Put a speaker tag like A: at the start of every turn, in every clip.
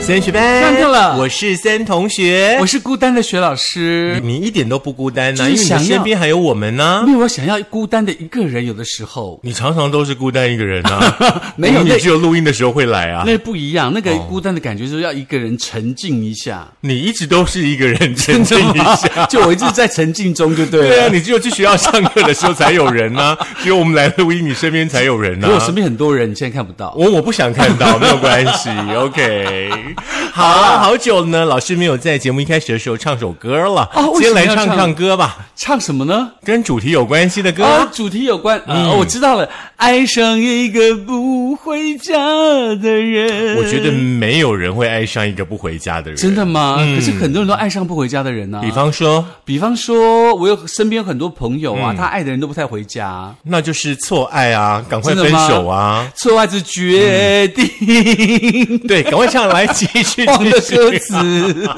A: 森学班
B: 上课了
A: 我是森同学，
B: 我是孤单的学老师，
A: 你一点都不孤单呢、啊因
B: 就是
A: 为你的
B: 想要嗯
A: 身边还有我们呢、
B: 因为我想要孤单的一个人，有的时候
A: 你常常都是孤单一个人啊，
B: 没有
A: 你
B: 那
A: 只有录音的时候会来啊。
B: 那不一样，那个孤单的感觉就是要一个人沉浸一下。。
A: 你一直都是一个人 沉浸一下
B: 就我一直在沉浸中，就对了。
A: 对啊，你只有去学校上课的时候才有人呐、 只有我们来录音，你身边才有人呐、啊
B: 可 我身边很多人，你现在看不到。
A: 我我不想看到，没有关 系，OK。好啊，好久呢，老师没有在节目一开始的时候唱首歌了，
B: 哦为
A: 今天
B: 什么
A: 来
B: 要
A: 唱
B: 唱
A: 唱歌吧，
B: 唱什么呢？
A: 跟主题有关系的歌。嗯
B: 啊，主题有关。啊，我知道了，爱上一个不回家的人。
A: 我觉得没有人会爱上一个不回家的人。
B: 真的吗？可是很多人都爱上不回家的人呢、啊
A: 比方说，
B: 比方说，我有身边有很多朋友
A: 嗯
B: 啊，他爱的人都不太回家。
A: 那就是错爱啊，赶快
B: 真的
A: 分
B: 吗
A: 手啊！
B: 错爱之
A: 嗯
B: 决定，
A: 对，赶快唱来，继 续
B: 忘了
A: 继续。
B: 歌词。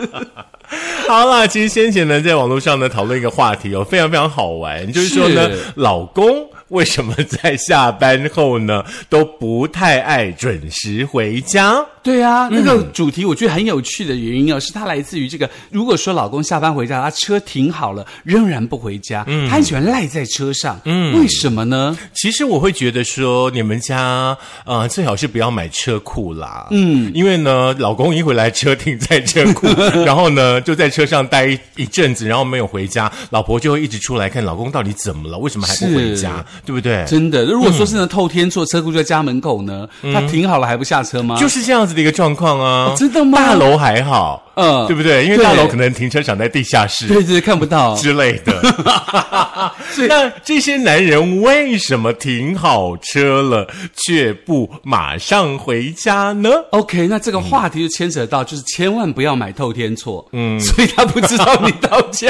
A: 好啦，其实先前呢，在网络上呢讨论一个话题哦，非常非常好玩，就是说呢
B: 是，
A: 老公为什么在下班后呢都不太爱准时回家？
B: 对啊，
A: 嗯
B: 那个主题我觉得很有趣的原因哦，是它来自于这个。如果说老公下班回家，他车停好了，仍然不回家，
A: 嗯
B: 他很喜欢赖在车上，嗯，为什么呢？
A: 其实我会觉得说，你们家呃最好是不要买车库啦，嗯，因为呢，老公一回来车停在车库， 然后呢就在车上待一一阵子，然后没有回家，老婆就会一直出来看老公到底怎么了，为什么还不回家，对不对？
B: 真的，如果说是呢透天坐车库就在家门口呢，他停好了还不下车吗？
A: 嗯就是这样子的一个状况啊，
B: 真的哦吗
A: 大楼还好，嗯，
B: 嗯
A: 对不对？因为大
B: 对
A: 楼可能停车场在地下室，
B: 对对，看不到。
A: 之类的。那这些男人为什么停好车了却不马上回家 呢？
B: OK，那这个话题就牵扯到，就是千万不要买透天错，嗯，所以他不知道你到家。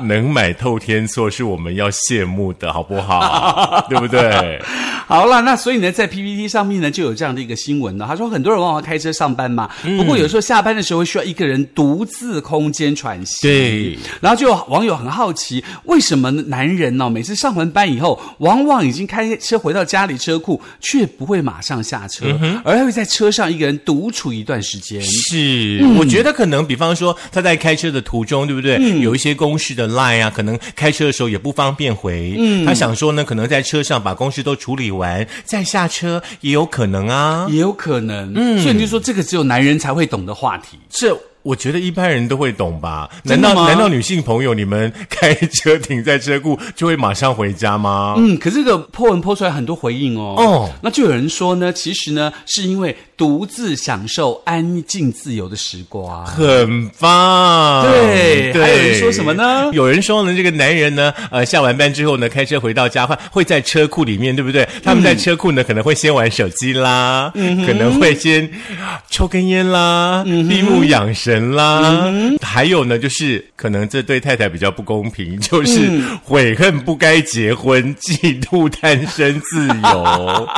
A: 能买透天错是我们要羡慕的，好不 好？对不对？
B: 好啦，那所以呢，在 PPT 上面呢就有这样的一个新闻呢，他说很多人往往开车上班嘛，不过有时候下班的时候需要一个人独自空间喘息。
A: 对，
B: 然后就有网友很好奇，为什么男人呢、每次上完班以后，往往已经开车回到家里车库，却不会马上下车，而还会在车上一个人独处一段时间。
A: 是，我觉得可能，比方说他在开车的途中，对不对？有一些公事的 line 啊，可能开车的时候也不方便回。嗯，他想说呢，可能在车上把公事都处理完，再下车也有可能啊。
B: 也有可能，所以你就说这个只有男人才会懂的话题。
A: 这我觉得一般人都会懂吧？难
B: 真的
A: 道
B: 吗
A: 难道女性朋友你们开车停在车库就会马上回家吗？
B: 嗯，可这个 po 文 po 出来很多回应哦。
A: 哦
B: 那就有人说呢，其实呢，是因为独自享受安静自由的时光。
A: 很棒，
B: 对还有人说什么呢
A: 有人说呢，这个男人呢，呃，下完班之后呢，开车回到家会会在车库里面，对不对？他们在车库呢，可能会先玩手机啦，
B: 嗯
A: 可能会先抽根烟啦，闭目养神啦，
B: 嗯
A: 还有呢，就是可能这对太太比较不公
B: 嗯
A: 平，就是悔恨不该结婚，嫉妒 单身自由。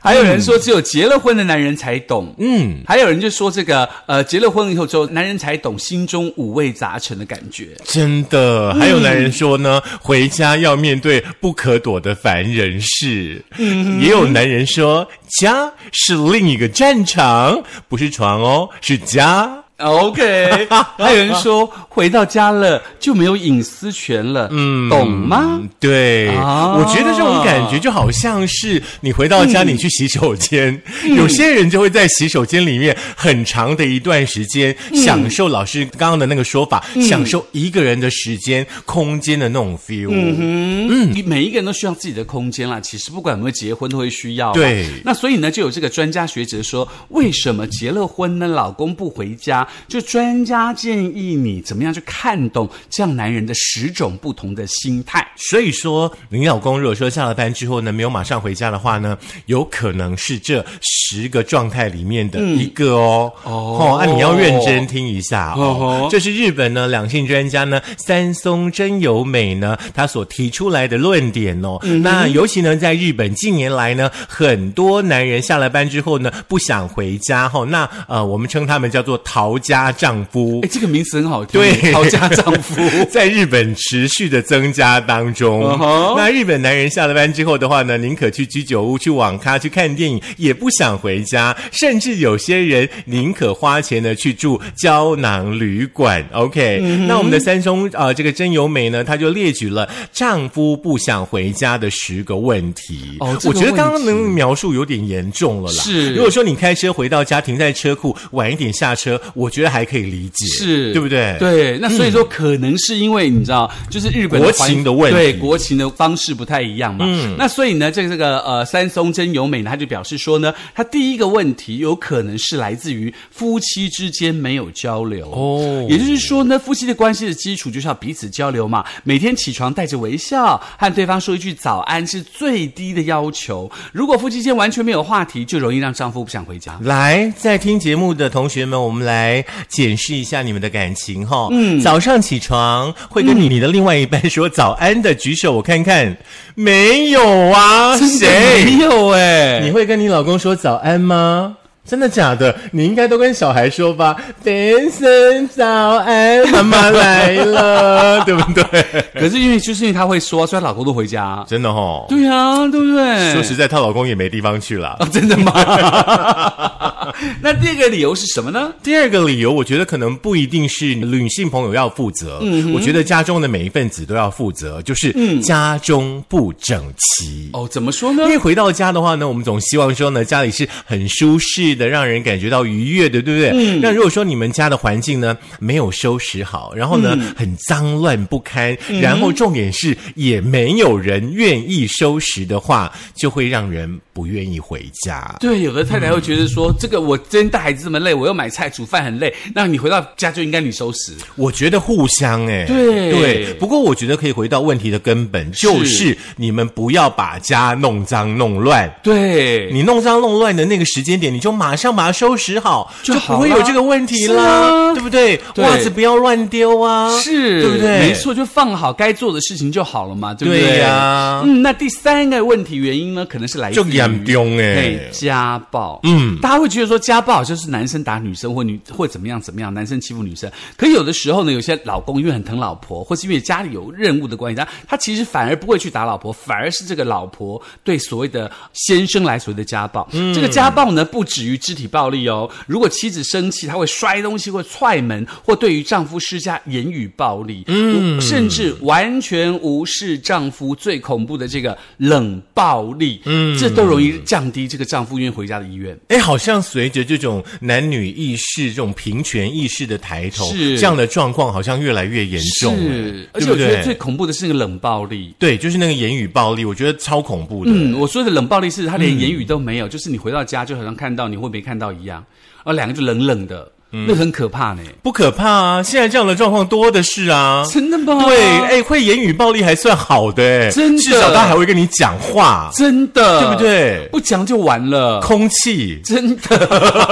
B: 还有人说，只有结了婚的男人才懂。
A: 嗯
B: 嗯，还有人就说这个，呃，结了婚以后之后，男人才懂心中五味杂陈的感觉。
A: 真
B: 嗯
A: 的，还有男人说呢，回家要面对不可躲的烦人事。
B: 嗯
A: 也有男人说，家是另一个战场，不是床哦，是家。
B: OK，还有 人说回到家了就没有隐私权了，嗯，懂吗？
A: 嗯，对，
B: 啊
A: 我觉得这种感觉就好像是你回到家，你去洗手间，
B: 嗯
A: 有些人就会在洗手间里面很长的一段时间，
B: 嗯
A: 享受老师刚刚的那个说法，享受一个人的时间、空间的那种 feel。
B: 嗯，每一个人都需要自己的空间啦。其实不管有没有结婚，都会需要啦。啊
A: 对
B: 那所以呢，就有这个专家学者说，为什么结了婚呢，老公不回家？就专家建议你怎么样去看懂这样男人的十种不同的心态。
A: 所以说，你老公如果说下了班之后呢，没有马上回家的话呢，有可能是这十个状态里面的一个哦。哦，那、你要认真听一下哦。
B: 哦吼
A: 这是日本呢两性专家呢三松真由美呢她所提出来的论点哦。那尤其呢，在日本近年来呢，很多男人下了班之后呢，不想回家哈、哦。那呃，我们称他们叫做逃家丈夫
B: 哎，。这个名词很好听，
A: 对
B: 讨 价丈夫。
A: 在日本持续的增加当中
B: 嗯哼
A: 那日本男人下了班之后的话呢，宁可去居酒屋、去网咖、去看电影，也不想回家。甚至有些人宁可花钱呢去住胶囊旅馆。OK，、那
B: 嗯
A: 我们的三松呃，这个真由美呢，她就列举了丈夫不想回家的十个问题。
B: 哦这个
A: 我觉得刚刚
B: 问题
A: 能描述有点严重了啦。
B: 是
A: 如果说你开车回到家，停在车库，晚一点下车，我觉得还可以理解，
B: 是，
A: 对不对？。嗯
B: 对，那所以说，可能是因为你知道，就是日本
A: 国
B: 环
A: 情的问题嗯
B: 对国情的方式不太一样嘛。那所以呢，这个这个呃，三松真由美呢，她就表示说呢，她第一个问题有可能是来自于夫妻之间没有交流
A: 哦
B: 也就是说呢，夫妻的关系的基础就是要彼此交流嘛，每天起床带着微笑和对方说一句早安是最低的要求。如果夫妻间完全没有话题，就容易让丈夫不想回家。
A: 来，在听节目的同学们，我们来检视一下你们的感情哈、嗯，早上起床会跟你你的另外一半说早安的，举手我看看。没有啊，
B: 真的
A: 谁
B: 没？有哎、
A: 你会跟你老公说早安吗？真的假的？你应该都跟小孩说吧。先生早安，妈妈来了， 对不对？
B: 可是因为就是因为她会说，所以她老公都回家。
A: 真的哦。
B: 对啊，对不对？
A: 说实在，她老公也没地方去了。
B: 哦，真的吗？ 那第二个理由是什么呢？
A: 第二个理由，我觉得可能不一定是女性朋友要负责，我觉得家中的每一份子都要负责，就是家中不整齐。
B: 哦，怎么说呢
A: 因？为回到家的话呢，我们总希望说呢，家里是很舒适的，让人感觉到愉悦的，对不对？那如果说你们家的环境呢没有收拾好，然后呢、很脏乱不堪，然后重点是也没有人愿意收拾的话，就会让人不愿意回家。
B: 对，有的太太会觉得说，这个我真带孩子这么累，我又买菜煮饭很累，那你回到家就应该你收拾。
A: 我觉得互相哎、
B: 对
A: 对，不过我觉得可以回到问题的根本，就是你们不要把家弄脏弄乱。
B: 对，
A: 你弄脏弄乱的那个时间点，你就马上把它收拾好，
B: 就好
A: 不会
B: 啦
A: 有这个问题
B: 是
A: 啦，
B: 啊
A: 对不对？
B: 对
A: 袜子不要乱丢啊，
B: 是
A: 对不对？
B: 没错，就放好该做的事情就好了嘛，对不对？
A: 对呀
B: 嗯，那第三个问题原因呢，可能是来自
A: 就
B: 于
A: 严重欸
B: 嘿家暴。嗯，大家会觉得说家暴好像是男生打女生或女或怎么样怎么样，男生欺负女生。可有的时候呢，有些老公因为很疼老婆，或是因为家里有任务的关系，他他其实反而不会去打老婆，反而是这个老婆对所谓的先生来所谓的家暴。这个家暴呢，不止于肢体暴力哦。如果妻子生气，他会摔东西，会踹门，或对于丈夫施加言语暴力，嗯，甚至完全无视丈夫最恐怖的这个冷暴力，嗯，这都容易降低这个丈夫愿意回家的意愿。
A: 哎，好像随着这种男女意识、这种平权意识的抬头，
B: 是
A: 这样的状况好像越来越严重了，
B: 是，而
A: 对
B: 且
A: 不
B: 我觉得
A: 对？
B: 最恐怖的是那个冷暴力。
A: 对，就是那个言语暴力，我觉得超恐怖的。
B: 嗯，我说的冷暴力是他连言语都没有，就是你回到家就好像看到你或没看到一样，而两个就冷冷的，
A: 嗯
B: 那很可怕呢。
A: 不可怕啊，现在这样的状况多的是啊。
B: 真的吗？
A: 对，哎、会言语暴力还算好的、哎
B: 真的
A: 至少他还会跟你讲话，
B: 真的，
A: 对不？对？
B: 不讲就完 了，
A: 空气，
B: 真的，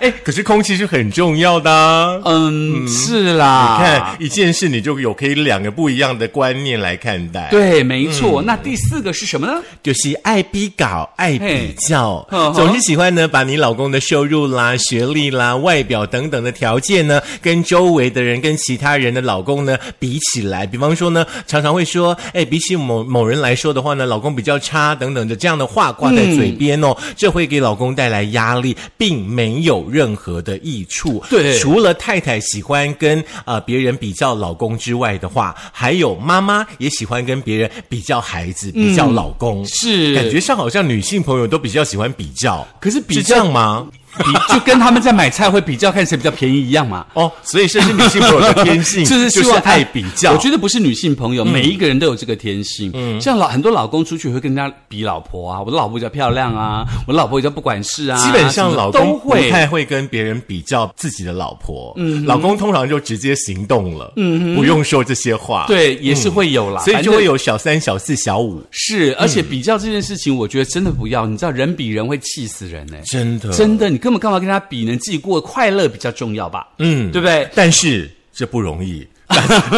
A: 哎、可是空气是很重要的、啊。
B: 嗯，是啦，
A: 你看一件事，你就有可以两个不一样的观念来看待。，
B: 对，没错。那第四个是什么呢？
A: 就是爱比搞，爱比较
B: 嘿呵，呵
A: 总是喜欢呢把你老公的收入啦、学历啦、外表等等的条件呢，跟周围的人、跟其他人的老公呢比起来。比方说呢，常常会说，哎，比起某某人来说的话呢，老公比较差等等的这样的话挂在嘴边哦，
B: 嗯
A: 这会给老公带来压力，并没有任何的益处。
B: 对
A: 除了太太喜欢跟呃别人比较老公之外的话，还有妈妈也喜欢跟别人比较孩子、比
B: 嗯
A: 较老公。
B: 是
A: 感觉上好像女性朋友都比较喜欢比较，
B: 可是比较
A: 是这样吗？
B: 比就跟他们在买菜会比较看谁比较便宜一样嘛。
A: 哦，所以这是女性朋友的天性，
B: 就是希
A: 就是
B: 望
A: 爱比较。
B: 我觉得不是女性朋友，每一个人都有这个天性。嗯，像老很多老公出去会跟人家比老婆啊，我的老婆比较漂亮啊，我老婆比较不管事啊，
A: 基本
B: 什么
A: 上
B: 的
A: 老
B: 都
A: 公不
B: 会。
A: 太会跟别人比较自己的老婆，嗯，老公通常就直接行动了，嗯，不用说这些话，，
B: 对，啊也是会有啦，嗯
A: 所以
B: 反
A: 就
B: 正
A: 会有小三、小四、小五，
B: 是，而且比较这件事情，我觉得真的不要，你知道人比人会气死人欸呢、
A: 真的
B: 真的，你根本干嘛跟他比呢？自己过得快乐比较重要吧，
A: 嗯
B: 对不对？
A: 但是这不容易。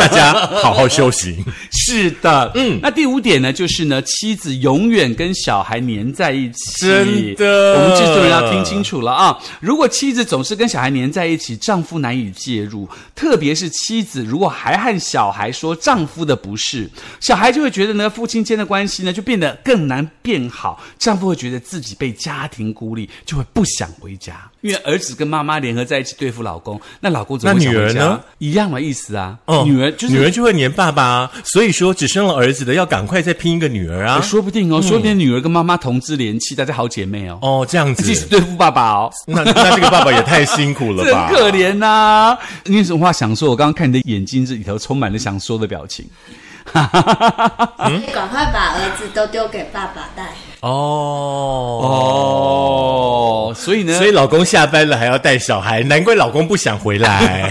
A: 大 家好好休息。
B: 是的，嗯，那第五点呢，就是呢，妻子永远跟小孩黏在一起。
A: 真的
B: 我们制作人要听清楚了啊！如果妻子总是跟小孩黏在一起，丈夫难以介入，特别是妻子如果还和小孩说丈夫的不是，小孩就会觉得呢，夫妻间的关系呢就变得更难变好，丈夫会觉得自己被家庭孤立，就会不想回家。因为儿子跟妈妈联合在一起对付老公，那老公怎么会
A: 那
B: 想
A: 女儿
B: 回家
A: 呢？
B: 一样的意思啊。
A: 嗯
B: 女儿就是
A: 女儿就会黏爸爸啊，所以说只生了儿子的要赶快再拼一个女儿啊。
B: 说不定哦，说不定女儿跟妈妈同志联系，大家好姐妹哦。
A: 哦，这样
B: 即使
A: 子，
B: 对付爸爸哦，
A: 那那这个爸爸也太辛苦了
B: 这
A: 吧？
B: 很可怜呐、你有什么话想说？我刚刚看你的眼睛，这里头充满了想说的表情。
C: 赶快把儿子都丢给爸爸带。
A: 哦
B: 哦，所以呢，
A: 所以老公下班了还要带小孩，难怪老公不想回 来。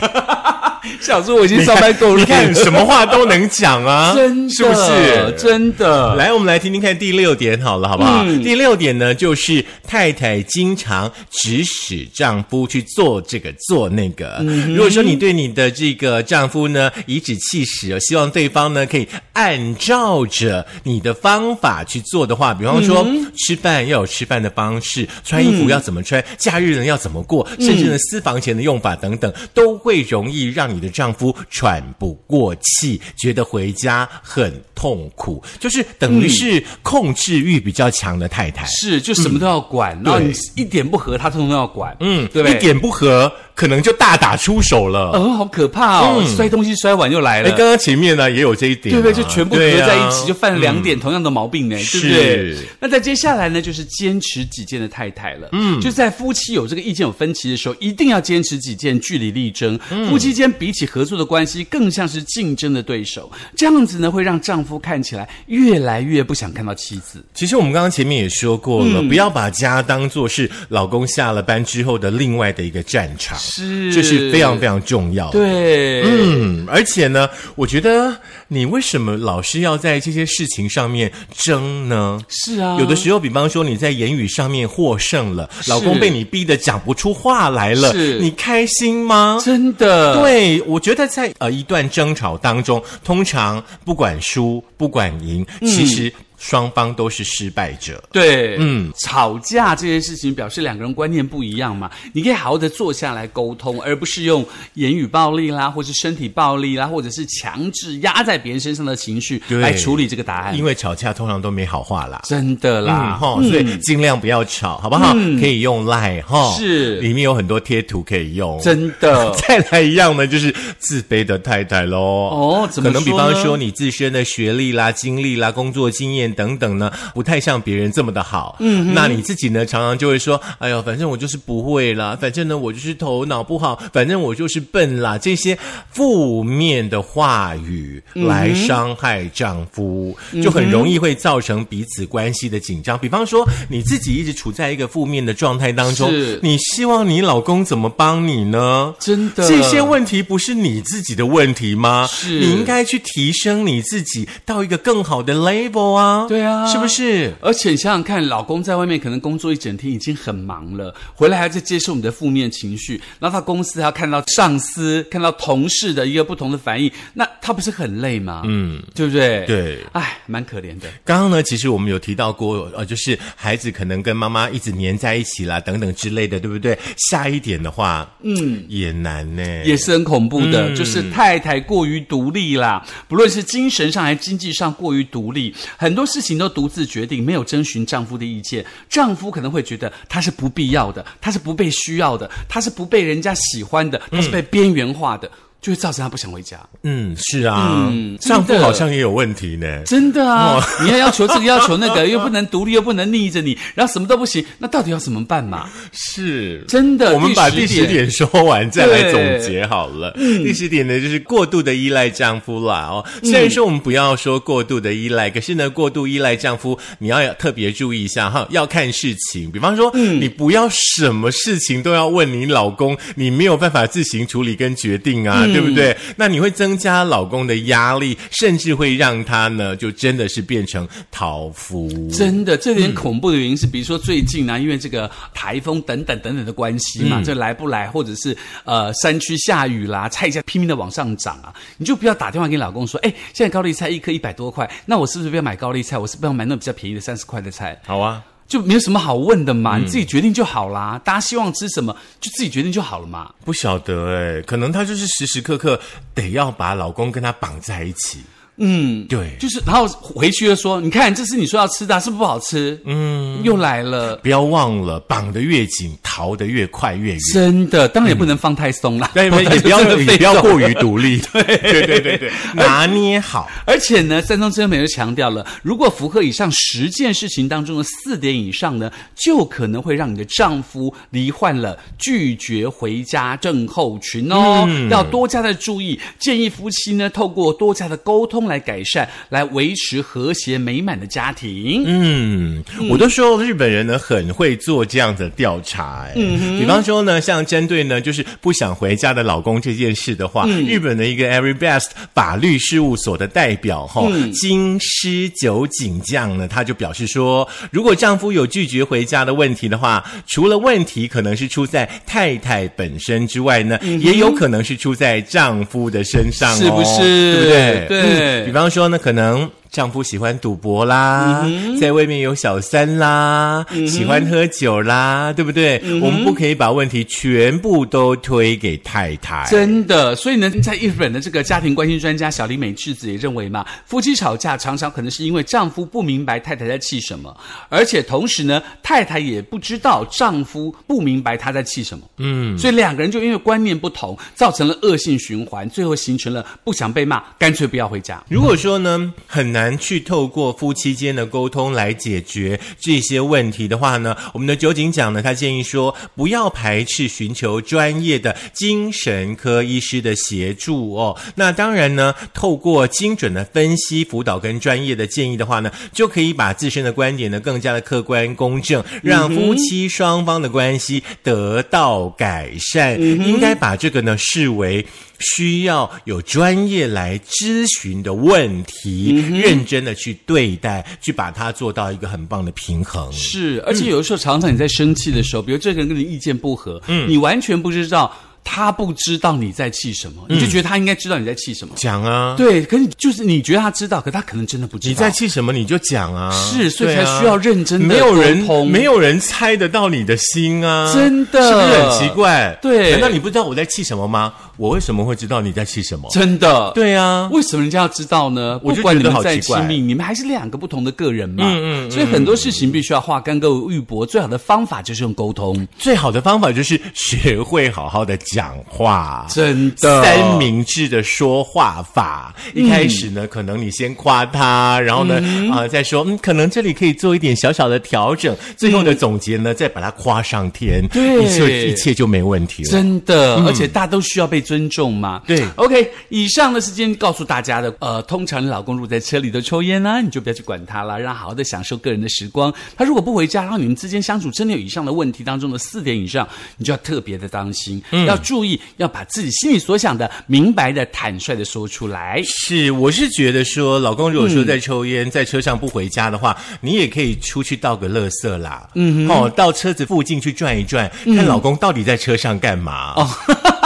B: 想说我已经
A: 你
B: 上
A: 看
B: 班够累
A: 你看
B: 了，
A: 什么话都能讲啊，
B: 真的
A: 是不是？
B: 真的？
A: 来，我们来听听看第六点好了，好不
B: 嗯
A: 好？第六点呢，就是太太经常指使丈夫去做这个做那个。
B: 嗯
A: 如果说你对你的这个丈夫呢颐指气使，希望对方呢可以按照着你的方法去做的话，比方说、
B: 嗯
A: 吃饭要有吃饭的方式，穿衣服要怎么穿，假日呢要怎么过，
B: 嗯
A: 甚至呢私房钱的用法等等，都会容易让你的丈夫喘不过气，觉得回家很痛苦，就是等于是控制欲比较强的太太。
B: 嗯是就什么都要管，然后
A: 对
B: 你一点不合，他通通要管，
A: 嗯，
B: 对不对？
A: 一点不合，可能就大打出手了。
B: 哦，好可怕哦！摔东西摔碗又来
A: 哎，
B: 了，
A: 刚刚前面呢也有这一点
B: 对
A: 啊、
B: 不对？就全部合
A: 对啊嗯
B: 在一起，就犯了两点同样的毛病呢，对不对
A: 是？
B: 那在接下来呢，就是坚持己见的太太了。嗯，就在夫妻有这个意见有分歧的时候，一定要坚持己见，据理力争。
A: 嗯
B: 夫妻间比起合作的关系，更像是竞争的对手。这样子呢，会让丈夫看起来越来越不想看到妻子。
A: 其实我们刚刚前面也说过
B: 嗯
A: 了，不要把家当做是老公下了班之后的另外的一个战场，
B: 是
A: 这是非常非常重要的。
B: 对，
A: 嗯，而且呢，我觉得你为什么老是要在这些事情上面争呢？
B: 是啊，
A: 有的时候，比方说你在言语上面获胜了，
B: 是
A: 老公被你逼得讲不出话来了，
B: 是
A: 你开心吗？
B: 真的
A: 对，我觉得在呃一段争吵当中，通常不管输不管赢，
B: 嗯
A: 其实双方都是失败者。
B: 对，
A: 嗯
B: 嗯，吵架这件事情表示两个人观念不一样嘛，你可以好好的坐下来沟通，而不是用言语暴力啦，或是身体暴力啦，或者是强制压在别人身上的情绪
A: 对
B: 来处理这个答案
A: 因。为吵架通常都没好话啦。
B: 真的
A: 嗯
B: 啦，
A: 哈，所以尽量不要吵，好不好？可以用 Line 哈，
B: 是
A: 里面有很多贴图可以用，
B: 真的
A: 再来一样呢，就是自卑的太太喽。
B: 哦怎么
A: 可能比
B: 说
A: 方
B: 呢
A: 说你自身的学历啦、经历啦、工作经验等等呢，不太像别人这么的好。嗯，那你自己呢，常常就会说：“哎呦，反正我就是不会啦，反正呢，我就是头脑不好，反正我就是笨啦。”这些负面的话语
B: 嗯
A: 来伤害丈夫，就很容易会造成彼此关系的紧张。比方说，你自己一直处在一个负面的状态当中
B: 是，
A: 你希望你老公怎么帮你呢？
B: 真的
A: 这些问题不是你自己的问题吗？
B: 是
A: 你应该去提升你自己到一个更好的 level 啊。
B: 对啊
A: 是不是？
B: 而且你想想看，老公在外面可能工作一整天已经很忙了，回来还在接受你的负面情绪，然后到公司还要看到上司、看到同事的一个不同的反应，那他不是很累吗？嗯，对不对？
A: 对
B: 哎，蛮可怜的。
A: 刚刚呢，其实我们有提到过，呃，就是孩子可能跟妈妈一直黏在一起啦，等等之类的，对不对？下一点的话，嗯，也难呢、
B: 也是很恐怖的，就是太太过于独立啦，不论是精神上还是经济上过于独立，很多事情都独自决定，没有征询丈夫的意见。丈夫可能会觉得她是不必要的，她是不被需要的，她是不被人家喜欢的，她是被边缘化的，就会造成她不想回家。
A: 嗯，是啊，
B: 嗯
A: 丈夫
B: 真的
A: 好像也有问题呢。
B: 真的啊，你要要求这个要求那个，又不能独立，又不能逆着你，然后什么都不行，那到底要怎么办嘛？
A: 是
B: 真的
A: 我们把第
B: 第十
A: 十
B: 点嗯
A: 点说完，再来
B: 对
A: 总结好了。第十点呢，就是过度的依赖丈夫啦。哦，
B: 嗯
A: 虽然说我们不要说过度的依赖，可是呢，过度依赖丈夫，你要特别注意一下哈，要看事情。比方说，
B: 嗯
A: 你不要什么事情都要问你老公，你没有办法自行处理跟决定啊，
B: 嗯
A: 对不对？那你会增加老公的压力，甚至会让他呢，就真的是变成讨夫。
B: 真的，这点恐怖的原因是，比如说最近啊呢、因为这个台风等等等等的关系
A: 嗯
B: 嘛，这来不来，或者是呃山区下雨啦，菜价拼命的往上涨啊，你就不要打电话给老公说，哎，现在高丽菜一颗一百多块，那我是不是不要买高丽菜？我是不是要买那种比较便宜的三十块的菜？
A: 好啊。
B: 就没有什么好问的
A: 嗯
B: 嘛，你自己决定就好啦。大家希望吃什么，就自己决定就好了嘛。
A: 不晓得哎、可能她就是时时刻刻得要把老公跟她绑在一起。嗯，对，
B: 就是，然后回去又说，你看，这是你说要吃的啊、是不是不好吃？嗯，又来了。
A: 不要忘了，绑得越紧，逃得越快越远。
B: 真的，当然也不能放太松 啦，
A: 但
B: 放太
A: 也不
B: 松
A: 要
B: 真的
A: 也
B: 被
A: 不要
B: 揍
A: 过于独立， 对对对对对，拿捏好。
B: 而且呢，三中真美又强调了，如果符合以上十件事情当中的四点以上呢，就可能会让你的丈夫罹患了拒绝回家症候群哦，要多加的注意。建议夫妻呢，透过多加的沟通来改善，来维持和谐美满的家庭。
A: 嗯，我都说日本人呢很会做这样的调查、哎，
B: 嗯
A: 比方说呢，像针对呢就是不想回家的老公这件事的话，
B: 嗯
A: 日本的一个 Every Best 法律事务所的代表哈、
B: 嗯
A: 金狮九井将呢，他就表示说，如果丈夫有拒绝回家的问题的话，除了问题可能是出在太太本身之外呢，也有可能是出在丈夫的身上、哦，
B: 嗯是不是
A: 对不对？
B: 对
A: 嗯比方说呢，可能。丈夫喜欢赌博啦，在外面有小三啦，喜欢喝酒啦，对不对？我们不可以把问题全部都推给太太。
B: 真的，所以呢，在日本的这个家庭关系专家小林美智子也认为嘛，夫妻吵架常常可能是因为丈夫不明白太太在气什么，而且同时呢，太太也不知道丈夫不明白她在气什么。嗯，所以两个人就因为观念不同，造成了恶性循环，最后形成了不想被骂，干脆不要回家。
A: 如果说呢，很难去透过夫妻间的沟通来解决这些问题的话呢，我们的酒井讲呢，他建议说，不要排斥寻求专业的精神科医师的协助哦。那当然呢，透过精准的分析、辅导跟专业的建议的话呢，就可以把自身的观点呢更加的客观公正，让夫妻双方的关系得到改善。应该把这个呢视为。需要有专业来咨询的问题，
B: 嗯
A: 认真的去对待，去把它做到一个很棒的平衡。
B: 是，而且有的时候常常你在生气的时候，比如这个人跟你意见不合，嗯，你完全不知道他不知道你在气什么，你就觉得他应该知道你在气什么。
A: 讲啊，
B: 对，可是就是你觉得他知道，可他可能真的不知道。
A: 你在气什么你就讲啊，
B: 是所以
A: 对啊
B: 才需要认真地
A: 没有人
B: 沟通
A: 没有人猜得到你的心啊，
B: 真的
A: 是不是很奇怪？
B: 对
A: 难道你不知道我在气什么吗？我为什么会知道你在气什么？
B: 真的，、
A: 对啊，
B: 为什么人家要知道呢？
A: 我
B: 不
A: 就
B: 管你
A: 觉得
B: 们
A: 好
B: 再
A: 奇
B: 亲
A: 怪
B: 密，你们还是两个不同的个人嘛。嗯嗯所以很多事情必须要化干戈为玉帛，最好的方法就是用沟通。
A: 最好的方法就是学会好好的讲话，
B: 真的
A: 三明治的说话法。一开始呢，可能你先夸他，然后呢，啊、再说，嗯，可能这里可以做一点小小的调整，最后的总结呢，再把它夸上天，
B: 对
A: 一切一切就没问题了。
B: 真的，而且大家都需要被尊重嘛。
A: 嗯对
B: ，OK，以上的是今天告诉大家的。呃，通常你老公如果在车里头抽烟呢、你就不要去管他了，让他好好的享受个人的时光。他如果不回家，然后你们之间相处真的有以上的问题当中的四点以上，你就要特别的当心，
A: 嗯
B: 要注意，要把自己心里所想的明白的、坦率的说出来。
A: 是，我是觉得说，老公如果说在抽烟，在车上不回家的话，你也可以出去倒个垃圾啦，嗯，哦，到车子附近去转一转，看老公到底在车上干嘛，哦，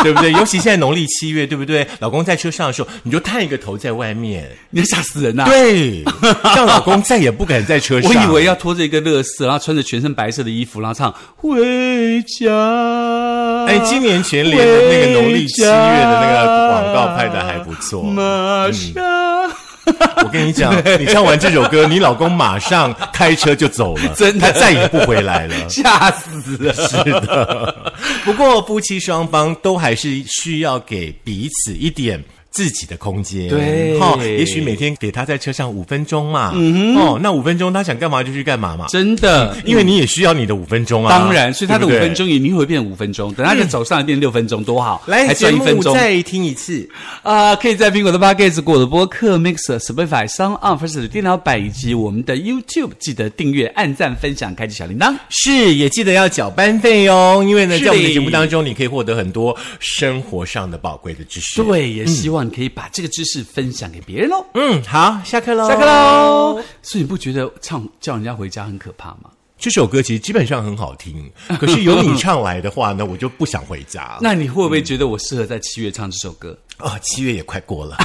A: 对不对？尤其现在农历七月，对不对？老公在车上的时候，你就探一个头在外面，
B: 你吓死
A: 啊
B: 人呐、啊
A: 对，让老公再也不敢在车上。
B: 我以为要拖着一个乐色，然后穿着全身白色的衣服，然后唱《回家》。
A: 哎，今年全联的那个农历七月的那个广告拍的还不错，
B: 马上。嗯
A: 我跟你讲，你唱完这首歌，你老公马上开车就走 了，
B: 真的
A: 他再也不回来了。
B: 吓死了！
A: 是的，不过夫妻双方都还是需要给彼此一点。自己的空间，
B: 对
A: 哈、也许每天给他在车上五分钟嘛，嗯、哦，那五分钟他想干嘛就去干嘛嘛，
B: 真的。
A: 因为你也需要你的五分钟啊，
B: 当然，所以他的五
A: 对不对
B: 分。钟也一定会变五分钟，等他的走上来变六分钟，多好！
A: 来，
B: 还
A: 节
B: 赚一分
A: 目
B: 钟。
A: 再听一次。
B: 啊、可以在苹果的 Podcast、果的播客、Mixer、Spotify、s o n g On、First 的电脑版以及我们的 YouTube，记得订阅、按赞、分享、开启小铃铛。
A: 是，也记得要缴班费哦，因为呢，
B: 是
A: 在我们的
B: 的
A: 节目当中，你可以获得很多生活上的宝贵的知识。，
B: 对，也希望你可以把这个知识分享给别人喽。
A: 嗯，好，下课喽，
B: 下课。喽！所以你不觉得唱叫人家回家很可怕吗？
A: 这首歌其实基本上很好听，可是由你唱来的话呢，我就不想回家了。
B: 那你会不会觉得我适合在七月唱这首歌？
A: 啊、七月也快过了。